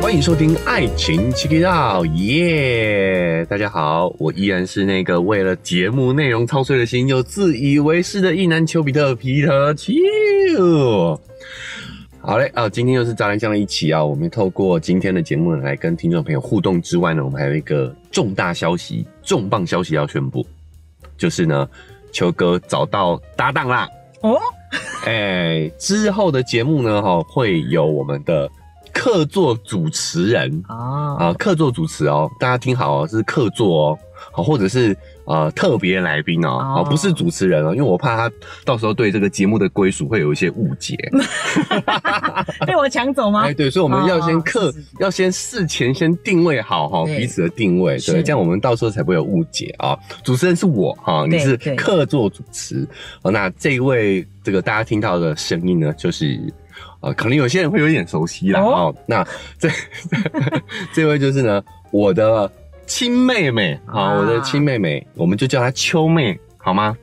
欢迎收听《爱情 Check It Out》，耶！大家好，我依然是那个为了节目内容操碎了心又自以为是的意男丘比特皮特丘。好嘞，啊，今天又是杂粮酱的一期啊，我们透过今天的节目呢来跟听众朋友互动之外呢，我们还有一个重大消息、重磅消息要宣布，就是呢，秋哥找到搭档啦。哦，哎、之后的节目呢，哈，会有我们的客座主持人啊，啊，客座主持哦，大家听好哦，是客座哦，好，或者是呃特别来宾哦，好，哦不是主持人哦，因为我怕他到时候对这个节目的归属会有一些误解。 被我抢走吗哎，？对，所以我们要先哦客是是是，要先事前先定位好哈，对彼此的定位，对，是这样我们到时候才不会有误解啊。主持人是我哈，你对是对客座主持哦。那这一位这个大家听到的声音呢，就是。呃，可能有些人会有点熟悉啦哦哦那这 这位就是呢，我的亲妹妹啊，啊我的亲妹妹，我们就叫她秋妹，好吗？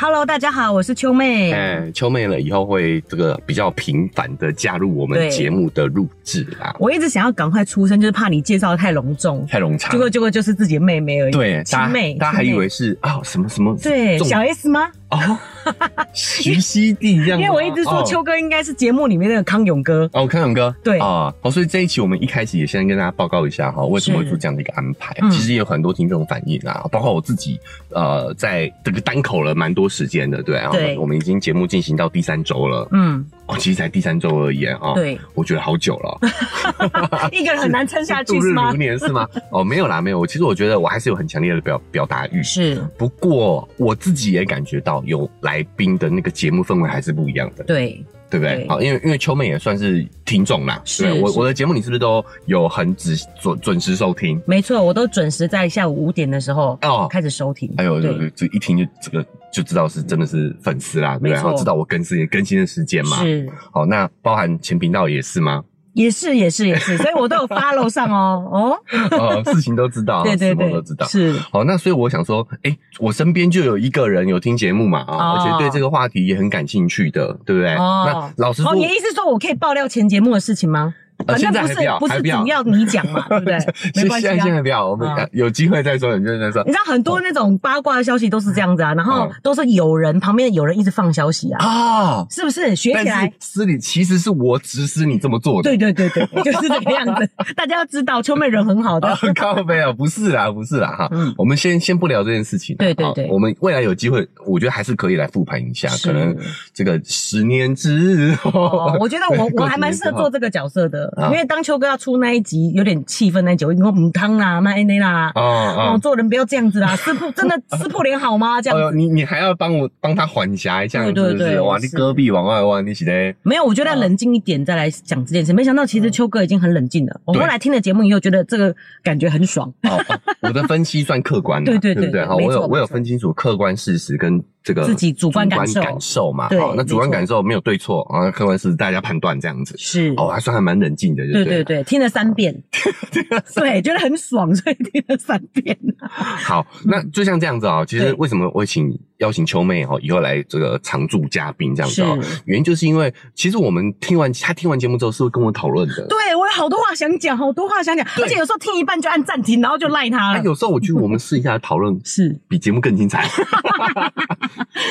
Hello，大家好，我是秋妹。哎，秋妹了以后会这个比较频繁的加入我们对节目的录制啦。我一直想要赶快出声，就是怕你介绍得太隆重，太冗长结果结果就是自己的妹妹而已。啊对，亲大家妹，大家还亲以妹为是啊、什么什么对重小 S 吗？哦，徐熙娣这样因吗，为我一直哦说秋哥应该是节目里面那个康永哥。哦。哦，康永哥，对啊，好，所以这一期我们一开始也先跟大家报告一下哈，为什么会是做这样的一个安排？嗯其实也有很多听众反映啊，包括我自己，呃，在这个单口了蛮多时间的，对啊，对我们已经节目进行到第三周了，嗯，哦，其实才第三周而已啊，对，我觉得好久了，一个人很难撑 下去度日是吗如？年啊是吗？哦，没有啦，没有，其实我觉得我还是有很强烈的表表达欲，是，不过我自己也感觉到有来宾的那个节目氛围还是不一样的，对，对不对？对好，因为因为秋妹也算是听众啦，是对我是我的节目你是不是都有很准准准时收听？没错，我都准时在下午五点的时候哦 开始收听。哎呦，对就就一听就这个就知道是真的是粉丝啦，对不对？没然错后知道我更新更新的时间嘛。是，好，那包含前频道也是 吗？也是，也是，也是，所以我都有 follow 上哦。 哦，事情都知道，哦，对对什么对，都知道。是，好，那所以我想说，哎、我身边就有一个人有听节目嘛啊，哦而且对这个话题也很感兴趣的，对不对？哦那老实说，哦，你的意思是说我可以爆料前节目的事情吗？呃反正现在不还是不要不还是不要主要你讲 嘛，对不对？没现关系现在现在哦啊。不要，我们嗯有机会再说，有机会再说你。知道很多那种八卦的消息都是这样子啊，然后嗯都是有人旁边有人一直放消息啊，啊，是不是？学但起来是。私里其实是我指使你这么做的。对对对对， 就是这个样子。大家要知道，秋妹人很好的 啊。，靠背啊，不是啦，不是啦，哈，嗯我们先先不聊这件事情啦。对对好对我们未来有机会，我觉得还是可以来复盘一下，是可能这个十年之后哦，，我觉得我我还蛮适合做这个角色的，啊因为当秋哥要出那一集有点气氛那一集，我跟母嗯汤啦、麦内啦， 啊啊哦，，做人不要这样子啦，撕破真的撕破脸好吗？这样哎子呦，你你还要帮我帮他缓颊一下，对对是不是？对哇，你是戈壁往外弯，你起来没有，我觉得要嗯冷静一点再来讲这件事。没想到其实秋哥已经很冷静了。我对后来听了节目以后，觉得这个感觉很爽。 哦，哦我的分析算客观的，对对对对不对？对好，没我有错我有没错分清楚客观事实跟这个自己主观感受嘛。对好，那主观没错感受没有对错啊，客观事实大家判断这样子。是，哦，还算还蛮冷静的，对对对了。对，听了三 遍，对，觉得很爽，所以听了三遍。 好，那就像这样子啊，其实嗯对为什么我会请邀请秋妹哦，以后来这个常驻嘉宾这样子哦，是原因就是因为其实我们听完她听完节目之后是会跟我讨论的，对我有好多话想讲，好多话想讲，对而且有时候听一半就按暂停，然后就赖他啊，了。有时候我觉得我们试一下讨论是，比节目更精彩，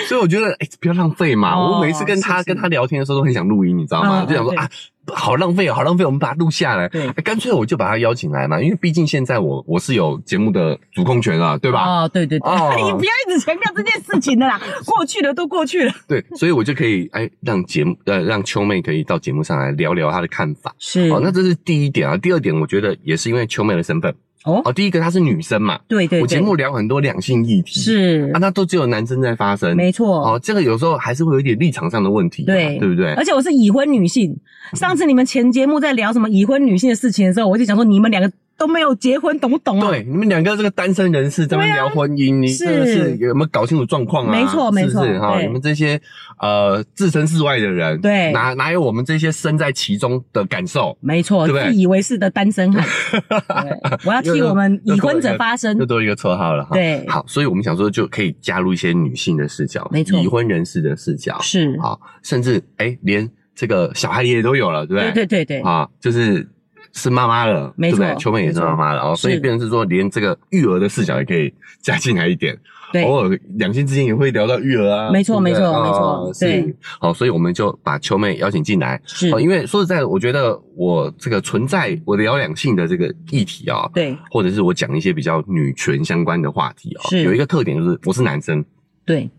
所以我觉得哎、不要浪费嘛。哦我每次跟他是是跟他聊天的时候都很想录音，你知道吗？嗯就想说对啊，好浪费哦，好浪费，我们把它录下来。对哎干、脆我就把他邀请来嘛，因为毕竟现在我我是有节目的主控权啊，对吧？哦，对对对，哦 你不要一直强调这件事 情的啦，过去的都过去了。对，所以我就可以哎，让节目呃让秋妹可以到节目上来聊聊她的看法。是哦，那这是第一点啊。第二点，我觉得也是因为秋妹的身份。哦哦，第一个她是女生嘛，对对，我对节目聊很多两性议题， 是啊，，那都只有男生在发生。没错。哦，这个有时候还是会有一点立场上的问题嘛、对对不对？而且我是已婚女性。上次你们前节目在聊什么已婚女性的事情的时候，我就想说你们两个都没有结婚，懂不懂啊？对，你们两个这个单身人士在那边对啊聊婚姻，你是真的是有没有搞清楚状况啊？没错没错是不是哈？对你们这些呃置身事外的人，对哪哪有我们这些身在其中的感受？没错，对不对自以为是的单身 汉。对，我要替我们已婚者发声又。多一个绰号了哈。嗯对好，所以我们想说就可以加入一些女性的视角，没错已婚人士的视角，是，好，甚至哎、连这个小孩也都有了，对不对对对对，啊，就是是妈妈了，没对不对？错秋妹也是没错妈妈了哦，所以是变成是说，连这个育儿的视角也可以加进来一点。对，偶尔两性之间也会聊到育儿啊，没错对不对没错啊没错对是好，所以我们就把秋妹邀请进来。是哦，，因为说实在的，我觉得我这个存在我聊两性的这个议题啊、对或者是我讲一些比较女权相关的话题啊、是有一个特点就是我是男生，对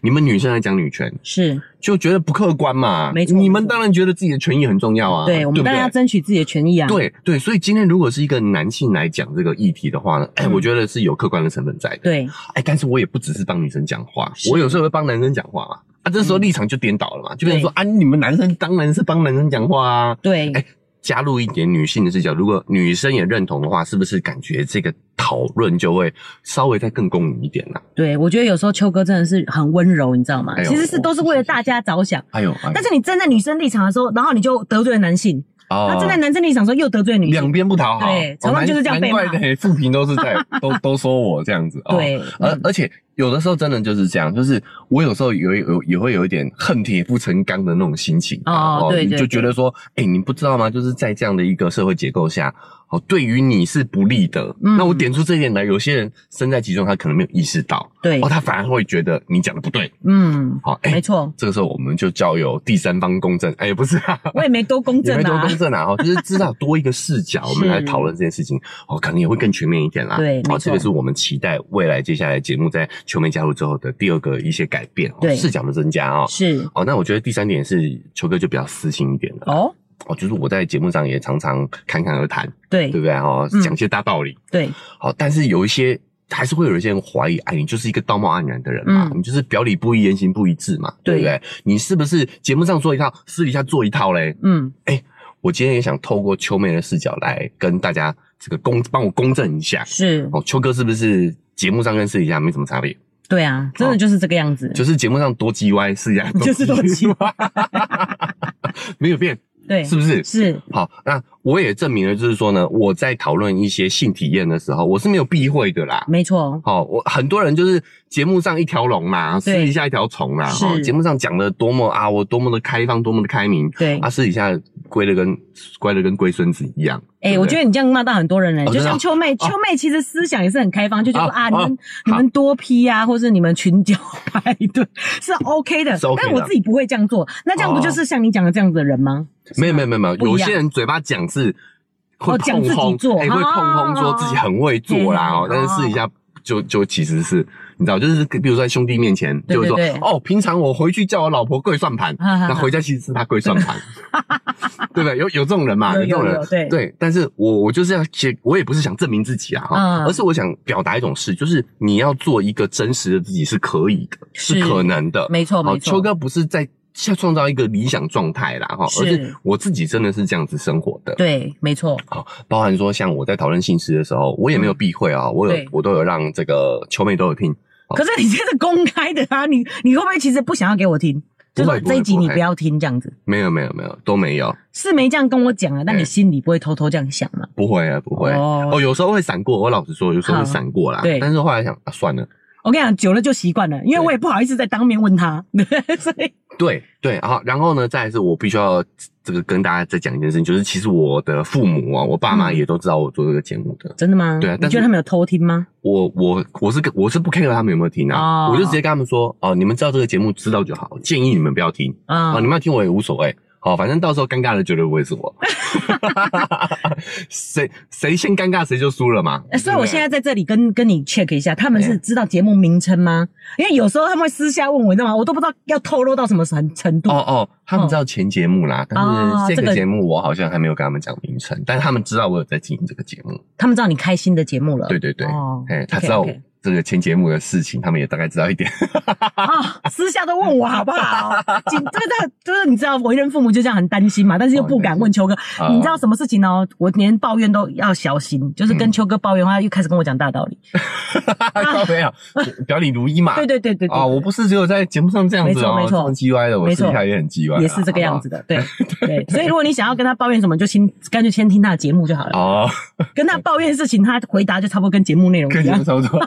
你们女生来讲女权是，就觉得不客观嘛，没错你没们错当然觉得自己的权益很重要啊，对我们不当然要争取自己的权益啊，对对，所以今天如果是一个男性来讲这个议题的话呢，哎、嗯我觉得是有客观的成分在的。对哎，但是我也不只是帮女生讲话，是我有时候会帮男生讲话嘛。啊，这时候立场就颠倒了嘛，就变成说对啊，你们男生当然是帮男生讲话啊。对哎，加入一点女性的视角，如果女生也认同的话，是不是感觉这个讨论就会稍微再更公允一点呢、对，我觉得有时候秋哥真的是很温柔，你知道吗？哎呦其实是都是为了大家着想。哎呦，哎但是你站在女生立场的时候，然后你就得罪了男性，然啊后站在男生立场的时候又得罪了女两性，边不讨好，对哦常常就是这样难被骂难怪的，负评都是在都都说我这样子。哦、对，而嗯而且有的时候真的就是这样，就是我有时候有有也会有一点恨铁不成钢的那种心情啊，哦对你对就觉得说，哎、你不知道吗？就是在这样的一个社会结构下，哦，对于你是不利的。嗯那我点出这一点来，有些人身在其中，他可能没有意识到，对哦，，他反而会觉得你讲的不对。嗯，好、哎、没错，这个时候我们就交由第三方公证，哎、不是、啊，我也没多公也正没多啊公，正啊，哦，就是至少多一个视 角，我们来是讨论这件事情，哦，可能也会更全面一点啦。对没哦，这个错是我们期待未来接下来节目在球迷加入之后的第二个一些改变，哦对视角的增加哦。是哦，那我觉得第三点是球哥就比较私心一点了，哦，哦，就是我在节目上也常常侃侃而谈，对对不对？哦嗯，讲一些大道理，对好、但是有一些。还是会有一些人怀疑，哎，你就是一个道貌岸然的人嘛，嗯你就是表里不一，言行不一致嘛，对不对对？你是不是节目上做一套，私底下做一套嘞？嗯，我今天也想透过秋妹的视角来跟大家这个公帮我公正一下是，哦，秋哥是不是节目上跟私底下没什么差别？对啊，真的就是这个样子，哦就是节目上多叽歪，私底下就是多唧歪， 没有变，对，是不是？是，好，那我也证明了，就是说呢，我在讨论一些性体验的时候，我是没有避讳的啦。没错，好、我很多人就是节目上一条龙嘛，私对底下一条虫啦。是哦，节目上讲的多么啊，我多么的开放，多么的开明，对啊，，私底下乖的跟乖的跟龟孙子一样。哎，对不我对觉得你这样骂到很多人呢，哦就真的像啊秋妹，秋妹其实思想也是很开放，就觉得说啊啊，你们啊你们多批啊，或是你们群交 排队是 OK 的是，OK 的哦但我自己不会这样做，那这样不就是像你讲的这样子的人吗？没有没有没有没有，不一有样些人嘴巴讲是会哦讲碰自己轰，做哎、会碰轰说自己很会做啦哦哦，但是私底下就就其实是你知道，就是比如说在兄弟面前，对就会对说对哦，平常我回去叫我老婆跪算 盘，哈哈哈那回家其实是他跪算 盘，对不对？有有这种人嘛，有这种有人有，对对。但是我我就是要写，我也不是想证明自己啊哈嗯，而是我想表达一种事，就是你要做一个真实的自己是可以的，是是可能的，没错好，哦没错，秋哥不是在下创造一个理想状态啦，哈，是而是我自己真的是这样子生活的。对，没错，好，包含说像我在讨论性事的时候，我也没有避讳啊，我对有我都有让这个秋妹都有听。好可是你这是公开的啊，你你会不会其实不想要给我听？不就会说不会这一集你不会不要听这样子，没有没有没有都没有，是没这样跟我讲啊，但你对心里不会偷偷这样想吗？不会啊不会。哦哦，有时候会闪过，我老实说，有时候会闪过啦。好对但是后来想啊，算了，我跟你讲，久了就习惯了，因为我也不好意思再当面问他， 对，所以对对，然后然后呢，再来是我必须要这个跟大家再讲一件事情，就是其实我的父母啊，我爸妈嗯也都知道我做这个节目的，真的吗？对啊你但觉是得他们有偷听吗？我我我是我是不 care 他们有没有听啊，哦我就直接跟他们说哦，你们知道这个节目知道就好，建议你们不要听啊啊、你们要听我也无所谓，好、反正到时候尴尬的绝对不会是 我， 谁谁先尴尬谁就输了嘛呃。所以我现在在在这里跟跟你 check 一下，他们哎是知道节目名称吗？因为有时候他们会私下问我，你知道吗？我都不知道要透露到什么程程度。哦哦，他们知道前节目啦，哦但是这这个个节目我好像还没有跟他们讲名称，但是他们知道我有在经营这个节目，他们知道你开心的节目了。对对对，哦哎、他知道 OK，OK 这个前节目的事情，他们也大概知道 一点。 啊、私下都问我好不好？紧这个就是你知道，为人父母就这样很担心嘛，但是又不敢问秋哥。哦你知道什么事情哦？我连抱怨都要小心，就是跟嗯秋哥抱怨，他又开始跟我讲大道理。高飞啊，表里如一嘛。对对对对对，啊、我不是只有在节目上这样子哦，没错没错这么叽歪的，我没私错底下也很叽歪啊，也是这个样 子的。对对，所以如果你想要跟他抱怨什么，就先干脆先听他的节目就好了。好不好。哦，跟他抱怨事情，他回答就差不多跟节目内容跟 一你样们。差不多。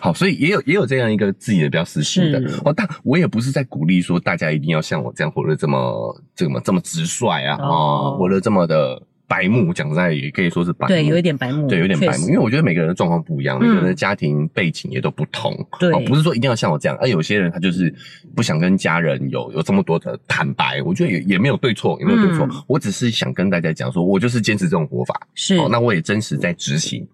好，所以也有也有这样一个自己的比较私心的是哦，但我也不是在鼓励说大家一定要像我这样活得这么这么这么直率啊，哦哦，活得这么的白目，讲实在也可以说是白目，对，有一点白目，对有点白目，嗯确因实嗯为我觉得每个人的状况不一样，每个人的家庭背景也都不同，对哦，不是说一定要像我这样，而有些人他就是不想跟家人有有这么多的坦白，我觉得也也没有对错，也没有对错，嗯我只是想跟大家讲说，我就是坚持这种活法，是哦，那我也真实在执行，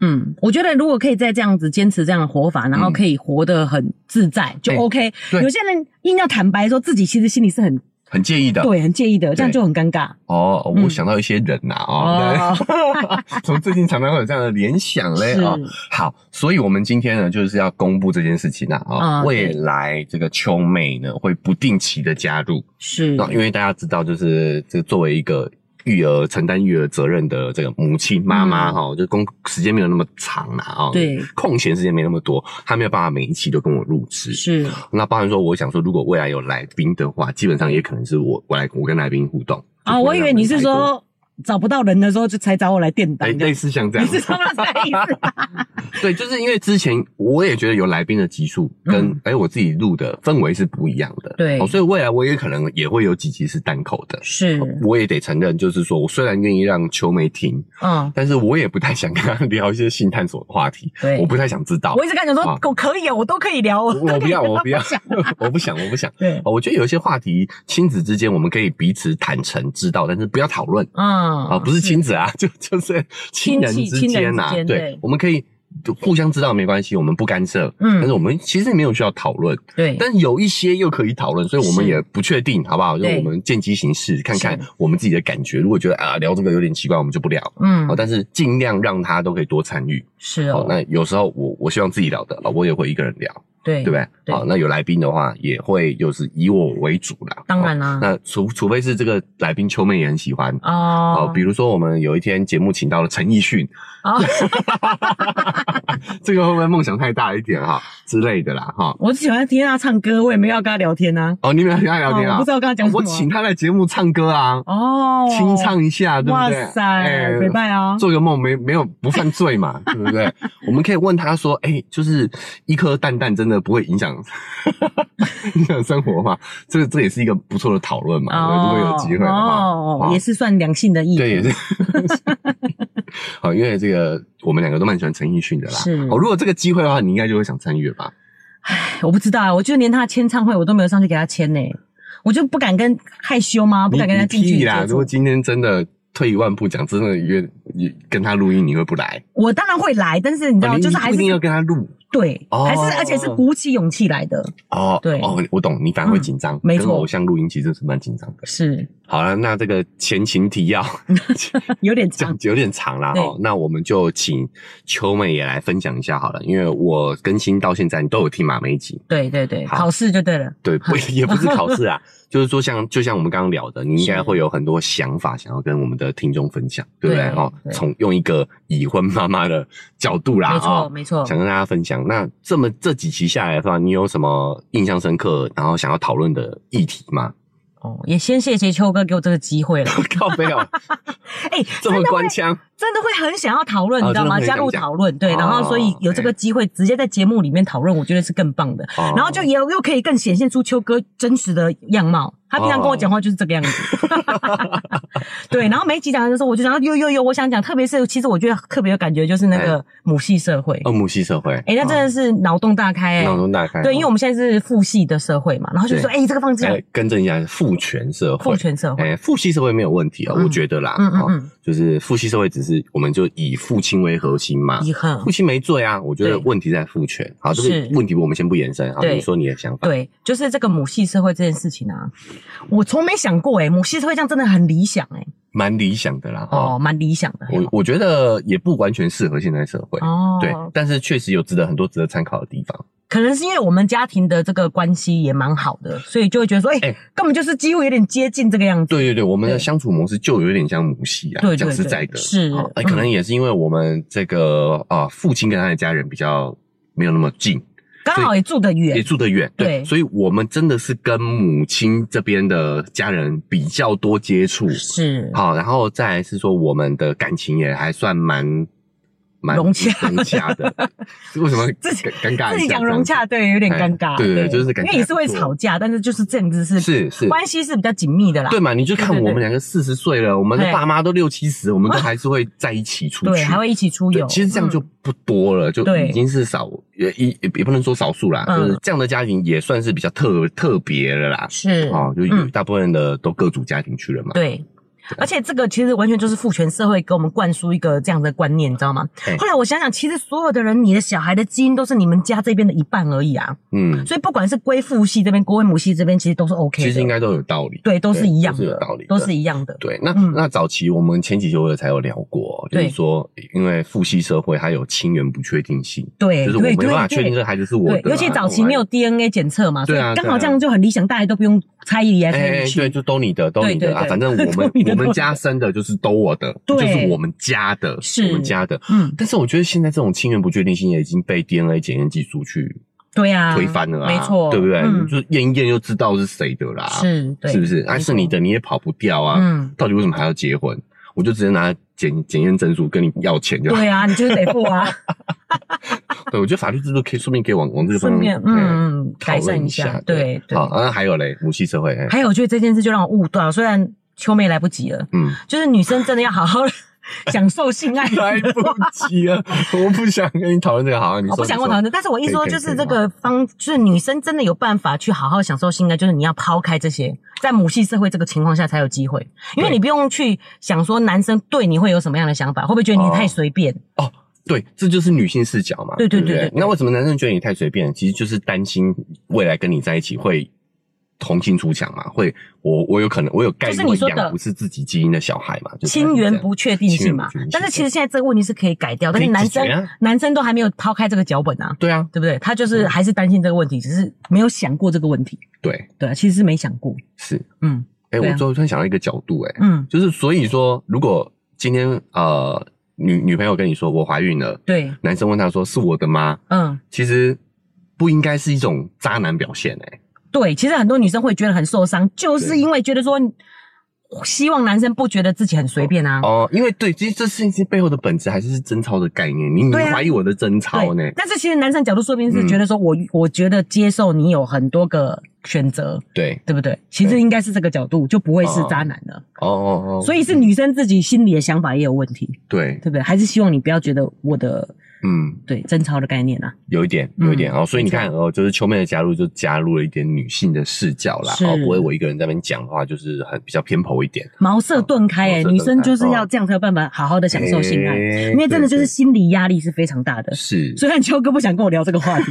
嗯，我觉得如果可以再这样子坚持这样的活法，然后可以活得很自在，就对 OK。对有些人硬要坦白说自己其实心里是很很介意的，对很介意的，这样就很尴尬。哦，我嗯想到一些人呐、啊，哦， 从、最近常常会有这样的联想嘞是啊、哦。好，所以我们今天呢，就是要公布这件事情啊、哦啊未来这个秋妹呢会不定期的加入，是那、因为大家知道，就是这作为一个。育儿承担育儿责任的这个母亲妈妈嗯哈，就工时间没有那么长啦啊，哦对，空闲时间没那么多，她没有办法每一期都跟我入职，是那包含说，我想说，如果未来有来宾的话，基本上也可能是我我来我跟来宾互动啊，我以为你是，说找不到人的时候就才找我来垫就不会让我们太多哎、档的，类似像这你样，是说那个意 思吧？对，就是因为之前我也觉得有来宾的集数跟嗯哎、我自己录的氛围是不一样的，对哦所以未来我也可能也会有几集是单口的。是，呃我也得承认，就是说我虽然愿意让秋梅听，嗯，但是我也不太想跟她 聊一些性探索的话题，对我不太想知道我，一直跟他讲说啊我可以啊，我都可以聊，我，我不要，我不要 我不想，我不想。对，哦我觉得有一些话题，亲子之间我们可以彼此坦诚知道，但是不要讨论嗯，啊，不是亲子啊，就就是亲人亲戚之间呐、亲人之对间对，我们可以互相知道没关系，我们不干涉，嗯但是我们其实没有需要讨论，对，但有一些又可以讨论，所以我们是也不确定，好不好？就对我们见机行事，看看是我们自己的感觉，如果觉得啊聊这个有点奇怪，我们就不聊。嗯哦，，但是尽量让他都可以多参与。是哦，哦，那有时候我我希望自己聊的，哦我也会一个人聊。对对不对？对好，那有来宾的话，也会就是以我为主啦。当然哦啦那除除非是这个来宾秋妹也很喜欢。哦哦，比如说我们有一天节目请到了陈奕迅， 哦，这个会不会梦想太大一点哈之类的啦哈？我只喜欢听他唱歌，我也没有要跟他聊天啊。哦，你们很爱聊天哦我啊？不知道跟他讲什么我请他来节目唱歌啊，哦，清，唱一下，对不哇对？塞，哎北拜啊，做个梦没没有不犯罪 嘛，对不对？我们可以问他说，哎、就是一颗蛋蛋真的不会影响 影响生活吗？这这也是一个不错的讨论嘛，对啊如果有机会的话，哦，好也是算良性的意，对，也 是。好，因为这个我们两个都蛮喜欢陈奕迅的啦。是哦，如果这个机会的话，你应该就会想参与了吧？我不知道啊，我就连他签唱会我都没有上去给他签呢，我就不敢跟害羞吗？哦不你敢跟他你近距屁离啦！接如果触。今天真的退一万步讲，真的约你跟他录音，你会不来？我当然会来，但是你知哦道，你就是你还不一是定要跟他录对，哦还是而且是鼓起勇气来的，哦。对嗯哦，我懂，你反而会紧张，没跟错偶像录音其实是蛮紧张的。是 好了，那这个前情提要有点讲 长，有点长啦啊对哦，那我们就请秋妹也来分享一下好了，因为我更新到现在，你都有听嘛每一集？对对对，好考试就对了，对，不 也不是考试 啊，就是说像就像我们刚刚聊的，你应该是会有很多想法想要跟我们的听众分享，对不对？对哦，对从用一个已婚妈妈的角度啦，没错哦，没错，想跟大家分享。那这么这几期下来的话，你有什么印象深刻，然后想要讨论的议题吗？哦，也先谢谢秋哥给我这个机会了，靠背 哦，哎， 这真么的会官腔。真的会很想要讨论，啊你知道吗？真的会加很想入讨论，对，讲哦哎然后所以有这个机会直接在节目里面讨论，我觉得是更棒的。哦然后就也又可以更显现出秋哥真实的样貌，他平常跟我讲话就是这 个样子。对，然后每一集讲的时候，我就想到有有有，我想讲，特别是其实我觉得特别有感觉就是那个母系社会，哎哦，母系社会，哎，那真的是脑洞大开哦脑哎。洞大开。对，因为我们现在是父系的社会嘛，然后就说，对哎，这个方向哎，更正一下，父权社会，父权社会，哎，父系社会没有问题啊，嗯我觉得啦，嗯嗯哦嗯，就是父系社会只是我们就以父亲为核心嘛，遗憾父亲没罪啊，我觉得对问题在父权。好，这是个问题我们先不延伸，好，对你说你的想法。对，就是这个母系社会这件事情啊，我从没想过哎、母系社会这样真的很理想哎、蛮理想的啦，哦，哦，蛮理想的。我我觉得也不完全适合现在社会，哦，对，但是确实有值得很多值得参考的地方。可能是因为我们家庭的这个关系也蛮好的，所以就会觉得说，哎、哎根本就是几乎有点接近这个样子。对对对，我们的对相处模式就有点像母系啊。对对讲实对在的，是嗯哦哎，可能也是因为我们这个啊、父亲跟他的家人比较没有那么近，刚好也住得也远，住得远，对所以我们真的是跟母亲这边的家人比较多接触。是好，然后再来是说我们的感情也还算蛮蛮融洽融洽 的。为什么自己尴尴尬一下？自己讲融洽，对，有点尴尬。哎对对就是感觉因为也是会吵架，但是就是这样子是这样子，是是。关系是比较紧密的啦。对嘛？你就看对对对我们两个四十岁了，我们的哎爸妈都六七十，我们都还是会在一起出去，对，还会一起出对游。其实这样就嗯不多了，就对已经是少也也也也不能说少数啦，嗯就是这样的家庭也算是比较特特别了啦。是哦，就有嗯大部分的都各组家庭去了嘛。对。而且这个其实完全就是父权社会给我们灌输一个这样的观念，你知道吗哎？后来我想想，其实所有的人，你的小孩的基因都是你们家这边的一半而已啊。嗯，所以不管是归父系这边、归母系这边，其实都是 OK 的。其实应该都有道理。对，都是一样都是的有道理的，都是一样的。对，那、嗯那早期我们前几集我也才有聊过，就对是说，因为父系社会它有亲缘不确定性，对，就是我对没对办法确定对这个孩子是我的对啦，，尤其早期没有 DNA 检测嘛，所以对啊刚对好啊这样就很理想，大家都不用猜疑来哎。哎、猜哎疑对，去。就都你的，都你对对的啊，对反正我 都们你的我们都家生的就是都我的，对就是我们家的，是我们家的。嗯，但是我觉得现在这种亲缘不确定性也已经被 DNA 检验技术去对啊，推翻了啊，没错，对不对？嗯你就是验一验就知道是谁的啦，是，对，啊是不是？没啊，错是你的你也跑不掉啊，嗯，到底为什么还要结婚？我就直接拿检检验证书跟你要钱就好。对啊，你就是得付啊， 对，我觉得法律制度可以顺便给往往这个方顺便向，嗯，嗯嗯讨改善论一一下下，，对对。好，啊，还有嘞，母系社会，哎还有，我觉得这件事就让我悟到，虽然秋妹来不及了， 嗯，就是女生真的要好好 享受 性爱。来不及了， 我不想跟你讨论这个，好啊，你我说，不想跟我讨你论，但是我一可以说可以就是可以这个方，就是女生真的有办法去好好享受性爱，就是你要抛开这些，在母系社会这个情况下才有机会，因为对你不用去想说男生对你会有什么样的想法，会不会觉得你太随便？说哦。对，这就是女性视角嘛。对对不对对对那为什么男生觉得你太随便？其实就是担心未来跟你在一起会同性出墙嘛，会我我有可能我有概就是率你会说的养不是自己基因的小孩嘛？就亲这缘样不确定性嘛亲缘不确定性。但是其实现在这个问题是可以改掉，但是可以男解决生啊男生都还没有抛开这个脚本啊，对啊，对不对？他就是还是担心这个问题，只是没有想过这个问题。对，对啊，其实是没想过。是。嗯哎、对啊我最后突然想到一个角度、哎、嗯，就是所以说，如果今天呃女女朋友跟你说我怀孕了，对，男生问她说是我的吗？嗯。其实不应该是一种渣男表现、哎，对，其实很多女生会觉得很受伤，就是对因为觉得说，希望男生不觉得自己很随便啊。哦、因为对，其实这事情背后的本质还是是贞操的概念，你你对啊怀疑我的贞操呢对，？但是其实男生角度说不定是哦嗯觉得说我，我觉得接受你有很多个选择，对，对不对？其实对应该是这个角度，就不会是渣男了。哦哦哦，所以是女生自己心里的想法也有问题，对对，不对？还是希望你不要觉得我的嗯，对贞操的概念啊，有一点，嗯有一点、哦，所以你没错看哦，就是秋妹的加入就加入了一点女性的视角啦，是哦，不会我一个人在那边讲的话，就是很比较偏颇一点，茅塞顿开哦茅哎、塞顿开女生就是要哦这样才有办法好好的享受性爱，哎因为真的就是对心理压力是非常大的对。是虽然秋哥不想跟我聊这个话题，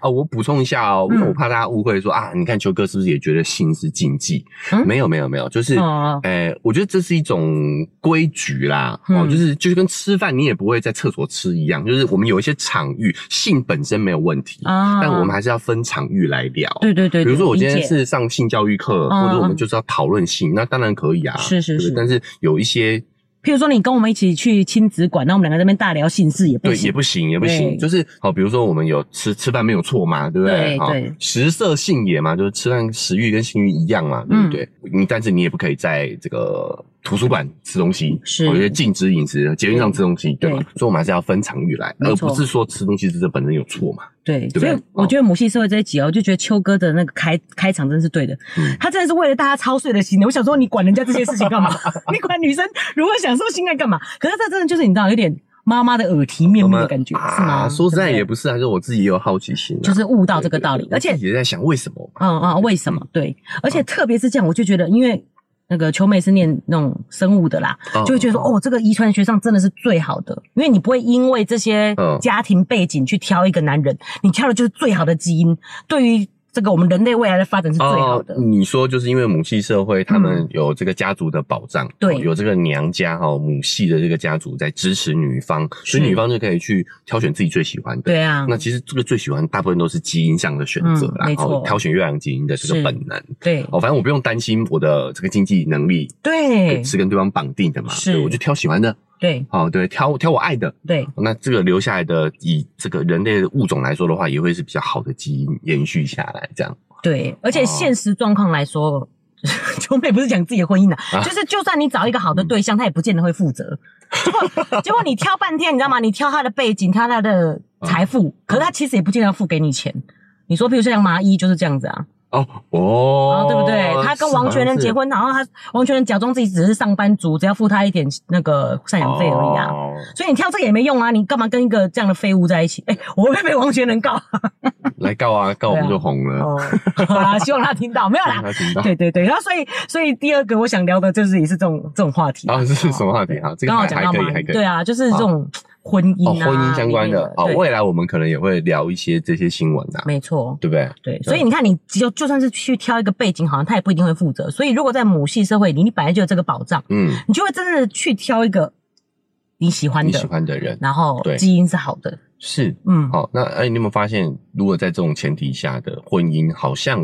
啊，我补充一下哦，嗯我怕大家误会说啊，你看秋哥是不是也觉得性是禁忌？嗯没有没有没有，就是。哦，哎、我觉得这是一种规矩啦，哦，嗯就是就是跟吃饭你也不会在厕所吃一样，就是我们有一些场域性本身没有问题，啊但我们还是要分场域来聊。对对对，比如说我今天理解是上性教育课，嗯或者我嗯们就是要讨论性，那当然可以啊，是对是不对是但是有一些譬如说你跟我们一起去亲子馆，那我们两个在那边大聊性事也不对行，也不行也不对行，就是好，比如说我们有吃吃饭没有错嘛，对不对对？好对食色性也嘛，就是吃饭食欲跟性欲一样嘛，对嗯不对？你但是你也不可以在这个图书馆吃东西，是我觉得禁止饮食，捷运上吃东西，对对吧？所以我们还是要分场域来，没而错不是说吃东西这本身有错嘛。对，对不所对以我觉得母系社会这一集哦，我就觉得秋哥的那个开开场真是对的，嗯他真的是为了大家操碎了心的。我想说，你管人家这些事情干嘛？ 你管女生如何享受性爱干嘛？可是这真的就是你知道，有点妈妈的耳提面我命们的感觉，是吗？啊，说实在对也不不是啊，就是我自己也有好奇心啊，对，就是悟到这个道理对，对而且我自己也在想为什么嘛。嗯嗯，为什么？对，而嗯且特别是这样，我就觉得，因为那个秋妹是念那种生物的啦，嗯就会觉得说，哦，这个遗传学上真的是最好的，因为你不会因为这些嗯家庭背景去挑一个男人，你挑的就是最好的基因，对于这个我们人类未来的发展是最好的嗯哦。你说就是因为母系社会，他们有这个家族的保障，对哦有这个娘家哈、哦、母系的这个家族在支持女方，所以是女方就可以去挑选自己最喜欢的。对啊，那其实这个最喜欢大部分都是基因上的选择啦，嗯没然错后挑选越洋基因的这是个本能对哦，反正我不用担心我的这个经济能力对是跟对方绑定的嘛，是对我就挑喜欢的，对哦，对，挑挑我爱的，对，那这个留下来的以这个人类的物种来说的话，也会是比较好的基因延续下来，这样哦对，而且现实状况来说， 九妹不是讲自己的婚姻的、啊就是就算你找一个好的对象，他也不见得会负责。结果结果你挑半天，你知道吗？你挑他的背景，挑他的财富，可是他其实也不见得要付给你钱。你说，比如说像麻衣就是这样子啊，哦哦哦，啊对不对？他跟王全仁结婚，然后他王全仁假装自己只是上班族，只要付他一点那个赡养费而已啊。哦所以你挑这个也没用啊，你干嘛跟一个这样的废物在一起？哎、我会不会被王全仁告。来告啊，告我们就红了。哦， 好啦，希望他听到，没有啦让。他听到对对对，然后所以所以第二个我想聊的就是也是这种这种话题啊，这是什么话题啊？这个刚好还讲还到可以，嘛还，可以。对啊，就是这种婚姻哦，啊，婚姻相关的里面哦，对未来我们可能也会聊一些这些新闻啊，没错。对不对？对，所以你看，你只有就算是去挑一个背景，好像他也不一定会负责。所以如果在母系社会里，你本来就有这个保障，嗯，你就会真的去挑一个你喜欢你喜的，欢的人然后对基因是好的。是嗯，好。那哎，你有没有发现，如果在这种前提下的婚姻，好像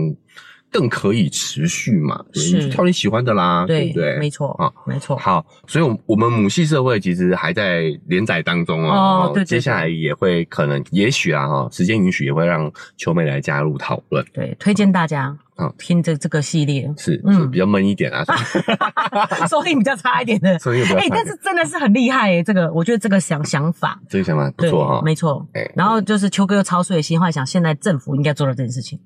更可以持续嘛？对是你就挑你喜欢的啦，对对不对？没错，啊没错。好，所以，我我们母系社会其实还在连载当中哦。哦对对接下来也会可能，也许啊，哈，时间允许也会让秋妹来加入讨论。对，推荐大家嗯，听这这个系列是，嗯是比较闷一点啊， 收听比较差一点的。所以比较哎、惨但是真的是很厉害哎、这个我觉得这个想想法这个想法不对错哈。没错。哎然后就是秋哥又操碎心，幻想现在政府应该做到这件事情，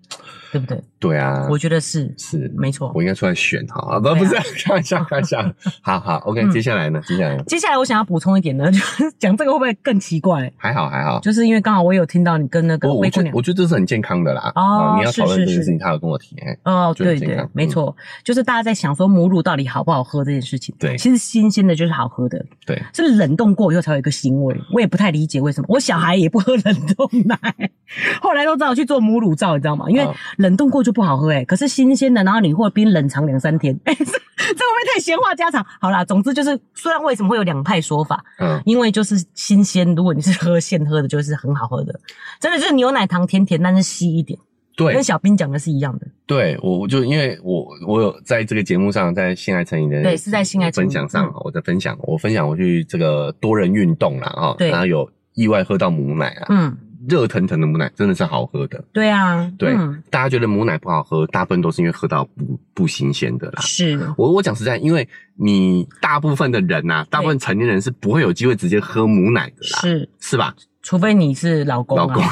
对不对？对啊，我觉得是，是没错我。应该出来选哈，啊不对啊不是，开玩笑，开玩 笑。好好，OK，嗯接下来呢？接下来呢接下来我想要补充一点呢， 就是讲这个会不会更奇怪？还好还好，就是因为刚好我有听到你跟那个我我灰姑觉得娘我，觉得这是很健康的啦。哦啊你要讨论这是件是事是情，他有跟我提，哎哦，就很对健对康，嗯没错，就是大家在想说母乳到底好不好喝这件事情。对其实新鲜的就是好喝的，对，是冷冻过以后才有一个腥味，我也不太理解为什么。我小孩也不喝冷冻奶， 后来都知道去做母乳皂，你知道吗？因为嗯冷冻过就不好喝哎、可是新鲜的，然后你或者冰冷藏两三天， 哎、这这会不会太闲话家常？好啦，总之就是，虽然为什么会有两派说法，嗯，因为就是新鲜，如果你是喝现喝的，就是很好喝的，真的就是牛奶糖甜甜，但是稀一点，对跟小冰讲的是一样的。对，我我就因为我我有在这个节目上，在性爱成瘾的对是在性爱成瘾嗯分享上，我在分享，我分享我去这个多人运动啦啊，对然后有意外喝到母奶啊，嗯，热腾腾的母奶真的是好喝的。对啊，对嗯、，大家觉得母奶不好喝，大部分都是因为喝到不不新鲜的啦。是，我我讲实在，因为你大部分的人呐、大部分成年人是不会有机会直接喝母奶的啦，是。是吧？除非你是老公、啊，老公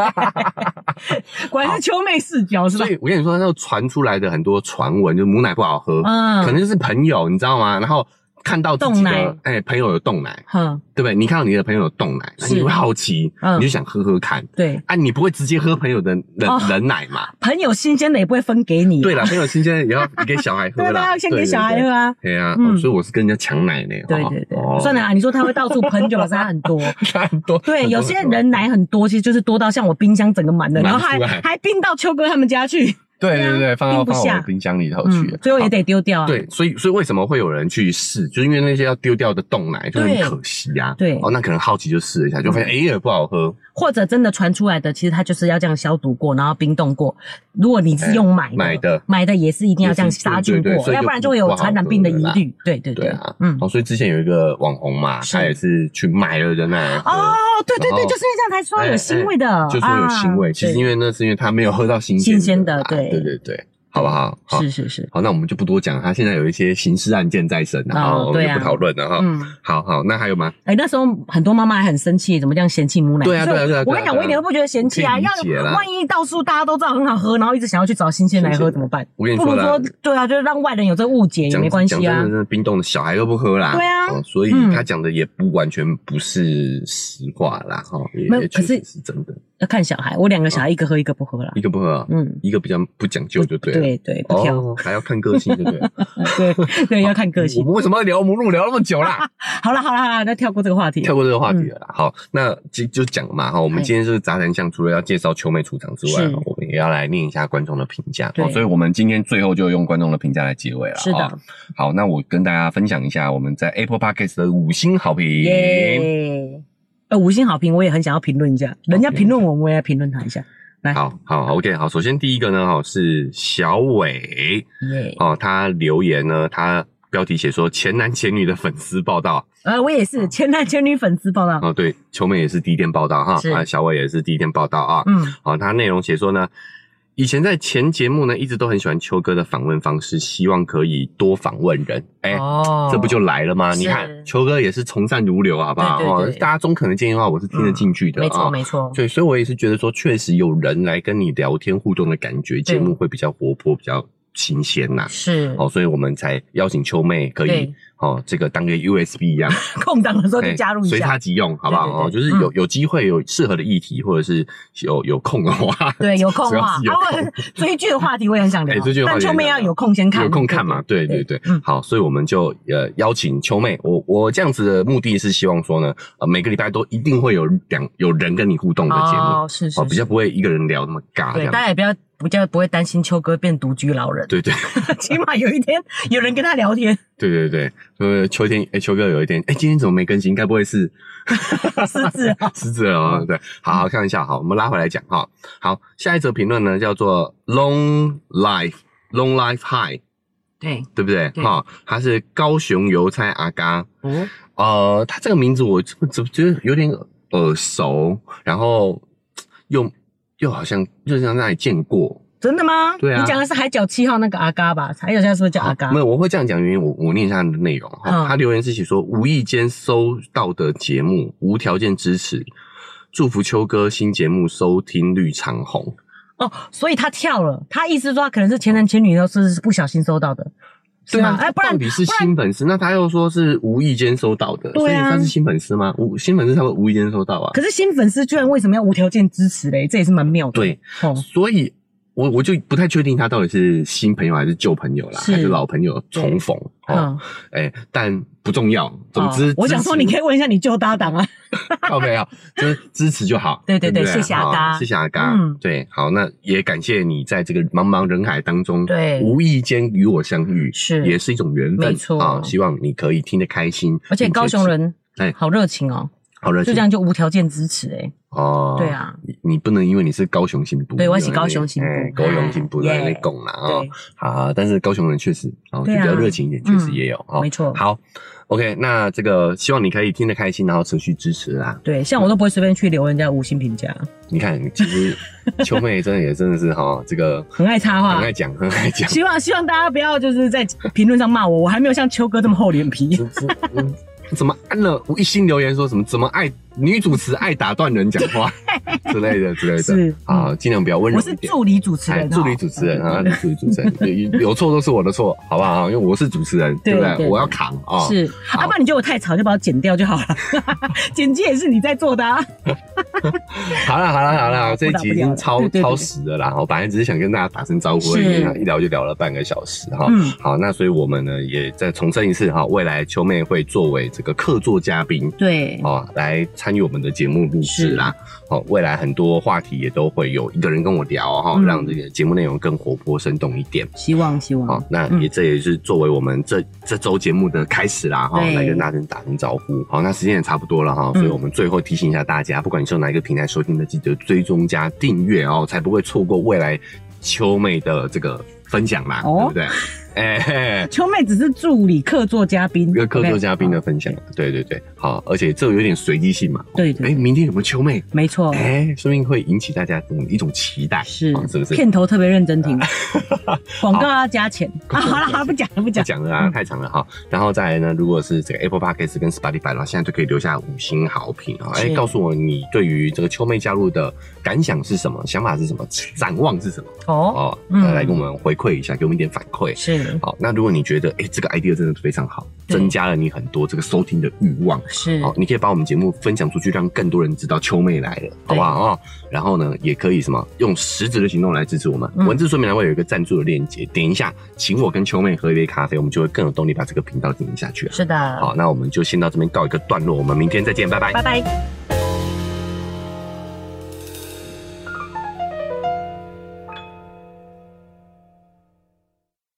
对 果然是秋妹视角是吧所？以我跟你说，那个传出来的很多传闻，就母奶不好喝，嗯可能就是朋友，你知道吗？然后看到自己冻的奶哎、朋友有冻奶，哼，对不对？你看到你的朋友有冻奶，那是你会好奇，嗯你就想喝喝看。对，啊，你不会直接喝朋友的冷、哦冷奶嘛？朋友新鲜的也不会分给你，对啦，朋友新鲜的也要给小孩喝 对啦，吧？先给小孩对喝。啊。对对呀、嗯哦所以我是跟人家抢奶呢。对哦对对哦，算了啊啦，你说他会到处喷就，可是他很多。 很多对，有些很多嗯人奶很多，其实就是多到像我冰箱整个满的，满然出后来还还冰到秋哥他们家去，对对啊对对，放到冰不放到我下的冰箱里头哦去嗯，，最后也好。得丢掉啊。对，所以所以为什么会有人去试，就是因为那些要丢掉的冻奶就很对可惜呀、啊。对嗯哦，那可能好奇就试了一下，就发现哎也不好喝，或者真的传出来的，其实它就是要这样消毒过，然后冰冻过。如果你是用买的，哎买的买的也是一定要这样杀菌过，也是对对所以就要不然就会有传染病的疑虑。对对对对，啊，嗯。哦，所以之前有一个网红嘛，是他也是去买了人奶来喝。哦，对对然对，后就是因为这样才说有腥味的，就说有腥味，啊其实因为那是因为他没有喝到新鲜新鲜的啦对对对对，好不好？对好，是是是，好，那我们就不多讲，他现在有一些刑事案件在身，然后我们对就啊不讨论了哈。嗯，好好，那还有吗？哎，那时候很多妈妈还很生气，怎么这样嫌弃母奶？对啊所以对啊对啊对啊我跟你讲，对啊我一点都不觉得嫌弃啊，可以理要解啦万一到处大家都知道很好喝，然后一直想要去找新鲜来新鲜的喝怎么办？我跟你不说如啦说，对啊，就是让外人有这误解也讲没关系讲啊真的，。那冰冻的小孩又不喝啦。对啊哦所以嗯他讲的也不完全不是实话啦，哈、也没有也确可实是是真的。要看小孩，我两个小孩一个喝一个不喝了一。个不喝，啊嗯，一个比较不讲究就哦对了。对对，不挑，哦，还要看个性，对不对了？ 对对，要看个我性。们为什么要聊母乳聊那么久啦？ 好了好了好了，那跳过这个话题。跳过这个话题了嗯啦。好，那就就讲嘛哈，我们嘿今天这个杂谈项除了要介绍秋妹出场之外是，我们也要来念一下观众的评价。对哦所以我们今天最后就用观众的评价来结尾了。是的哦好，那我跟大家分享一下我们在 Apple Podcast 的五星好评。耶！呃，五星好评，我也很想要评论一下，人家评论我，我也来评论他一下。来，好好好，OK，好。首先第一个呢，哈是小伟耶！哦，他留言呢，他标题写说前男前女的粉丝报道呃，我也是前男前女粉丝报道。哦，对，秋妹也是第一天报道哈是，啊，小伟也是第一天报道啊。嗯，好，它内容写说呢，以前在前节目呢，一直都很喜欢秋哥的访问方式，希望可以多访问人。哎、哦这不就来了吗？是你看，秋哥也是从善如流，好不好？对对对嗯哦大家中肯的建议的话，我是听得进去的没啊、错没错，对，所以我也是觉得说，确实有人来跟你聊天互动的感觉，节目会比较活泼，比较新鲜呐、是哦，所以我们才邀请秋妹可以对哦，这个当个 USB 一 样，空档的时候就加入一随下她。即用，好不好？对对对嗯哦，就是有有机会有适合的议题，或者是有有空的 话，对，有空主要话是有啊，我追剧的话题我也很想聊哎追剧的，话题但也秋妹想要聊有空先看，有空看嘛，对对对，嗯好，所以我们就呃邀请秋妹，我我这样子的目的是希望说呢，呃每个礼拜都一定会有两有人跟你互动的节目，哦，是哦，是比较是，不会一个人聊那么尬这对，样大子，家也不要比较不会担心秋哥变独居老人，对对 起码有一天有人跟他聊天，对对对，呃，秋天，哎，秋哥有一天，哎，今天怎么没更新？该不会是是 啊不是？失职了哦？对，好好看一下，好，我们拉回来讲哈。好，下一则评论呢叫做 Long Life Long Life High，对，对不对？对哈，他是高雄邮差阿嘎，哦，呃，他这个名字我怎么怎么觉得有点耳熟，然后嘖又又好像又像在哪里见过。真的吗？对啊你讲的是海角七号那个阿嘎吧？海角七号是不是叫阿嘎没？有，我会这样讲，原因我我念一下他的内容哈。嗯他留言是写说，无意间搜到的节目，无条件支持，祝福秋哥新节目收听率长虹。哦，所以他跳了，他意思说他可能是前男前女都是不小心收到的，是对啊，？吗哎，不然到底是不然新粉丝，那他又说是无意间收到的，所以对啊他是新粉丝吗？无新粉丝他们无意间收到啊可。是新粉丝居然为什么要无条件支持嘞？这也是蛮妙的。对，哦，所以我我就不太确定他到底是新朋友还是旧朋友啦，是还是老朋友重逢哦。嗯，哎、但不重要，总之、哦我想说，你可以问一下你旧搭 档啊。靠哦没 有，就是支持就好。对对对对不谢谢阿嘎好谢谢阿嘎。嗯对，好，那也感谢你在这个茫茫人海当中，对无意间与我相遇，是也是一种缘分，没错啊。希望你可以听得开心，而且并高雄人哎好热情哦，好热就情这样就无条件支持哎。哦，对啊你，你不能因为你是高雄新部，对我是高雄新埔哎高雄新部哎在那耶里拱啦啊对，好，但是高雄人确实哦，就对比啊较热情一点，确实也有哦没错好，OK，那这个希望你可以听得开心，然后持续支持啦。对，像我都不会随便去留人家五星评价，你看，其实秋妹真的也真的是哈，这个很啊爱插很话。爱讲，很爱讲。 希望希望大家不要就是在评论上骂我，我还没有像秋哥这么厚脸皮。嗯怎么按了？我一心留言说什么？怎么爱女主持爱打断人讲话 之类的之类的。是嗯啊，尽量不要温柔我一是点。助理主持哎，人哦，助理主持人 啊，助理主持人有有错都是我的错，好不好？因为我是主持人，对对不对？对我要扛啊。是，要、不然你觉得我太吵，就把我剪掉就好了。 剪辑也是你在做的、啊，好了好了好嗯了，这一集已经超对对对超时了啦。我本来只是想跟大家打声招呼而已，是然后一聊就聊了半个小时哈。嗯好，那所以我们呢也再重申一次哈，未来秋妹会作为这个客座嘉宾。对，哦，来参与我们的节目录制啦！哦，未来很多话题也都会有一个人跟我聊哈、哦，嗯让这个节目内容更活泼生动一点。希望希望好、那嗯也这也是作为我们这这周节目的开始啦，哈、对来跟大家打声招呼。好，那时间也差不多了哈、嗯所以我们最后提醒一下大家，不管你是用哪一个平台收听的，记得追踪加订阅哦，才不会错过未来秋妹的这个分享啦，哦对不 对？哎、嘿秋妹只是助理客座嘉宾，一个客座 OK，嘉宾的分享对对对，好，而且这有点随机性嘛，对对哎、明天有没有秋妹？没错，哎、说不定会引起大家这种一种期待，是哦是不是？片头特别认真听， 广告要加钱啊！广告要加好钱了，好了不讲了，不不讲。讲了啊，嗯太长了哈。然后再来呢，如果是这个 Apple Podcast 跟 Spotify 的话，现在就可以留下五星好评啊！哎、是告诉我你对于这个秋妹加入的感想是什么，想法是什么，展望是什么哦，哦，嗯来来跟我们回馈一下，给我们一点反馈。是好，那如果你觉得哎、这个 idea 真的非常好，对增加了你很多这个收听的欲望。是好，你可以把我们节目分享出去，让更多人知道秋妹来了，好不好啊、哦？然后呢，也可以什么用实质的行动来支持我们。嗯文字说明栏会有一个赞助的链接，点一下，请我跟秋妹喝一杯咖啡，我们就会更有动力把这个频道经营下去了。是的，好，那我们就先到这边告一个段落，我们明天再见，拜拜。拜拜。